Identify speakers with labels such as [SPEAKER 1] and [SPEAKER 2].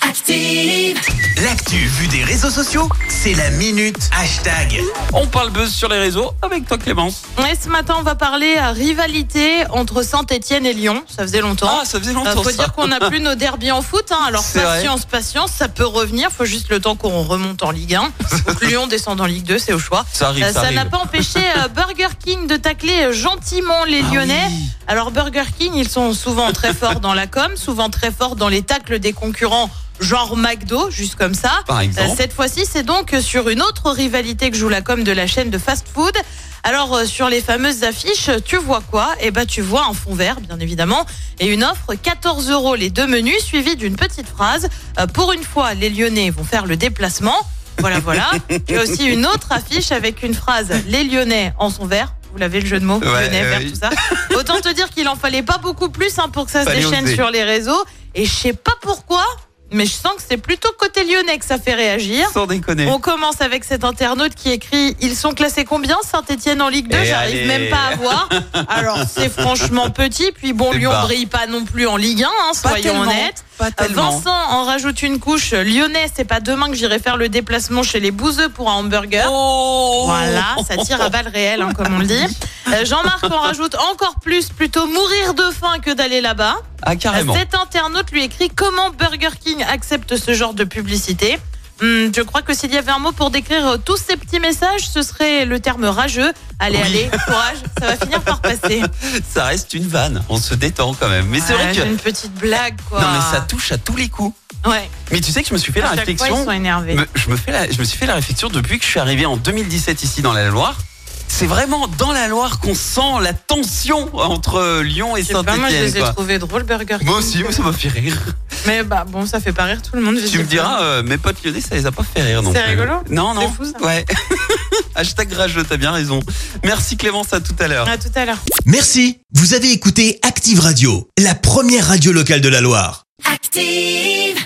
[SPEAKER 1] Active.
[SPEAKER 2] L'actu vue des réseaux sociaux, c'est la minute hashtag.
[SPEAKER 3] On parle buzz sur les réseaux avec toi Clémence.
[SPEAKER 4] Ouais, ce matin, on va parler euh, rivalité entre Saint-Etienne et Lyon. Ça faisait longtemps.
[SPEAKER 3] Ah, Oh, ça faisait
[SPEAKER 4] Il Euh, faut dire qu'on n'a plus nos derbies en foot. hein. Alors,
[SPEAKER 3] C'est vrai.
[SPEAKER 4] patience, patience, ça peut revenir. faut juste le temps qu'on remonte en Ligue 1. Ou que Lyon descende en Ligue 2, c'est au choix.
[SPEAKER 3] Ça arrive,
[SPEAKER 4] Euh,
[SPEAKER 3] ça
[SPEAKER 4] ça
[SPEAKER 3] arrive.
[SPEAKER 4] n'a pas empêché euh, Burger King de tacler euh, gentiment
[SPEAKER 3] Ah
[SPEAKER 4] les Lyonnais. Alors, Burger King, ils sont souvent très forts dans la com, souvent très forts dans les tacles des concurrents, genre McDo, juste comme ça.
[SPEAKER 3] Par
[SPEAKER 4] Euh,
[SPEAKER 3] exemple.
[SPEAKER 4] Cette fois-ci, c'est donc sur une autre rivalité que joue la com de la chaîne de fast-food. Alors, euh, sur les fameuses affiches, tu vois quoi Eh ben, tu vois un fond vert, bien évidemment, et une offre 14 euros les deux menus, suivie d'une petite phrase Euh, Pour une fois, les Lyonnais vont faire le déplacement. Voilà, voilà. Il y a aussi une autre affiche avec une phrase Les Lyonnais en son vert. Vous l'avez le jeu de mots,
[SPEAKER 3] Ouais,
[SPEAKER 4] Lyonnais,
[SPEAKER 3] euh,
[SPEAKER 4] vert,
[SPEAKER 3] oui.
[SPEAKER 4] tout ça. Autant te dire qu'il en fallait pas beaucoup plus hein, pour que ça se
[SPEAKER 3] Fallait
[SPEAKER 4] déchaîne
[SPEAKER 3] oser.
[SPEAKER 4] sur les réseaux. Et je sais pas pourquoi, mais je sens que c'est plutôt côté lyonnais que ça fait réagir.
[SPEAKER 3] Sans déconner.
[SPEAKER 4] On commence avec cet internaute qui écrit Ils sont classés combien Saint-Etienne en Ligue 2
[SPEAKER 3] Eh, allez.
[SPEAKER 4] J'arrive même pas à voir. Alors c'est franchement petit. Puis bon,
[SPEAKER 3] C'est
[SPEAKER 4] Lyon
[SPEAKER 3] pas.
[SPEAKER 4] brille pas non plus en Ligue 1, hein, soyons honnêtes.
[SPEAKER 3] Pas
[SPEAKER 4] Vincent en rajoute une couche Lyonnais, c'est pas demain que j'irai faire le déplacement chez les bouseux pour un hamburger.
[SPEAKER 3] Oh
[SPEAKER 4] Voilà, ça tire à balles réelles, hein, comme on le dit. Euh, Jean-Marc en rajoute encore plus, plutôt mourir de faim que d'aller là-bas.
[SPEAKER 3] Ah carrément.
[SPEAKER 4] Cet internaute lui écrit comment Burger King accepte ce genre de publicité. Hum, je crois que s'il y avait un mot pour décrire euh, tous ces petits messages, ce serait le terme rageux. Allez, allez, courage, ça va finir par passer.
[SPEAKER 3] Ça reste une vanne. On se détend quand même. Mais c'est
[SPEAKER 4] Ouais,
[SPEAKER 3] vrai que.
[SPEAKER 4] une petite blague, quoi.
[SPEAKER 3] Non mais ça touche à tous les coups.
[SPEAKER 4] Ouais,
[SPEAKER 3] Mais tu sais que je me suis fait la
[SPEAKER 4] à chaque fois, ils
[SPEAKER 3] réflexion.
[SPEAKER 4] sont énervés.
[SPEAKER 3] me- je, me fais la- je me suis fait la réflexion depuis que je suis arrivé en 2017 ici dans la Loire. C'est vraiment dans la Loire qu'on sent la tension entre euh, Lyon et
[SPEAKER 4] Je sais pas, moi, je les ai
[SPEAKER 3] Saint-Etienne.
[SPEAKER 4] trouvés drôles, Burger King.
[SPEAKER 3] Moi aussi, ça m'a fait rire.
[SPEAKER 4] Mais bah, bon, ça fait pas rire tout le monde.
[SPEAKER 3] Tu me
[SPEAKER 4] visiblement.
[SPEAKER 3] diras, euh, mes potes lyonnais, ça les a pas fait rire non
[SPEAKER 4] C'est
[SPEAKER 3] plus.
[SPEAKER 4] rigolo.
[SPEAKER 3] Non, non.
[SPEAKER 4] C'est fou, ça.
[SPEAKER 3] Ouais. Hashtag rageux, t'as bien raison. Merci Clémence, à tout à l'heure.
[SPEAKER 4] À tout à l'heure.
[SPEAKER 5] Merci, vous avez écouté Active Radio, la première radio locale de la Loire.
[SPEAKER 1] Active.